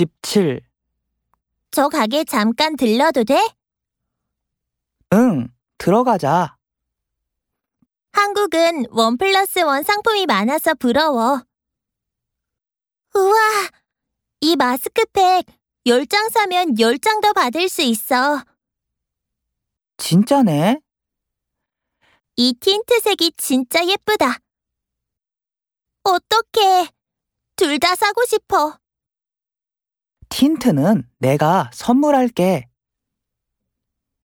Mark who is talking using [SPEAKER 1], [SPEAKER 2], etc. [SPEAKER 1] 57.
[SPEAKER 2] 저 가게 잠깐 들러도 돼?
[SPEAKER 1] 응, 들어가자.
[SPEAKER 2] 한국은 원 플러스 원 상품이 많아서 부러워. 우와! 이 마스크팩 10장 사면 10장 더 받을 수 있어.
[SPEAKER 1] 진짜네?
[SPEAKER 2] 이 틴트색이 진짜 예쁘다. 어떡해. 둘 다 사고 싶어.
[SPEAKER 1] 틴트는 내가 선물할게.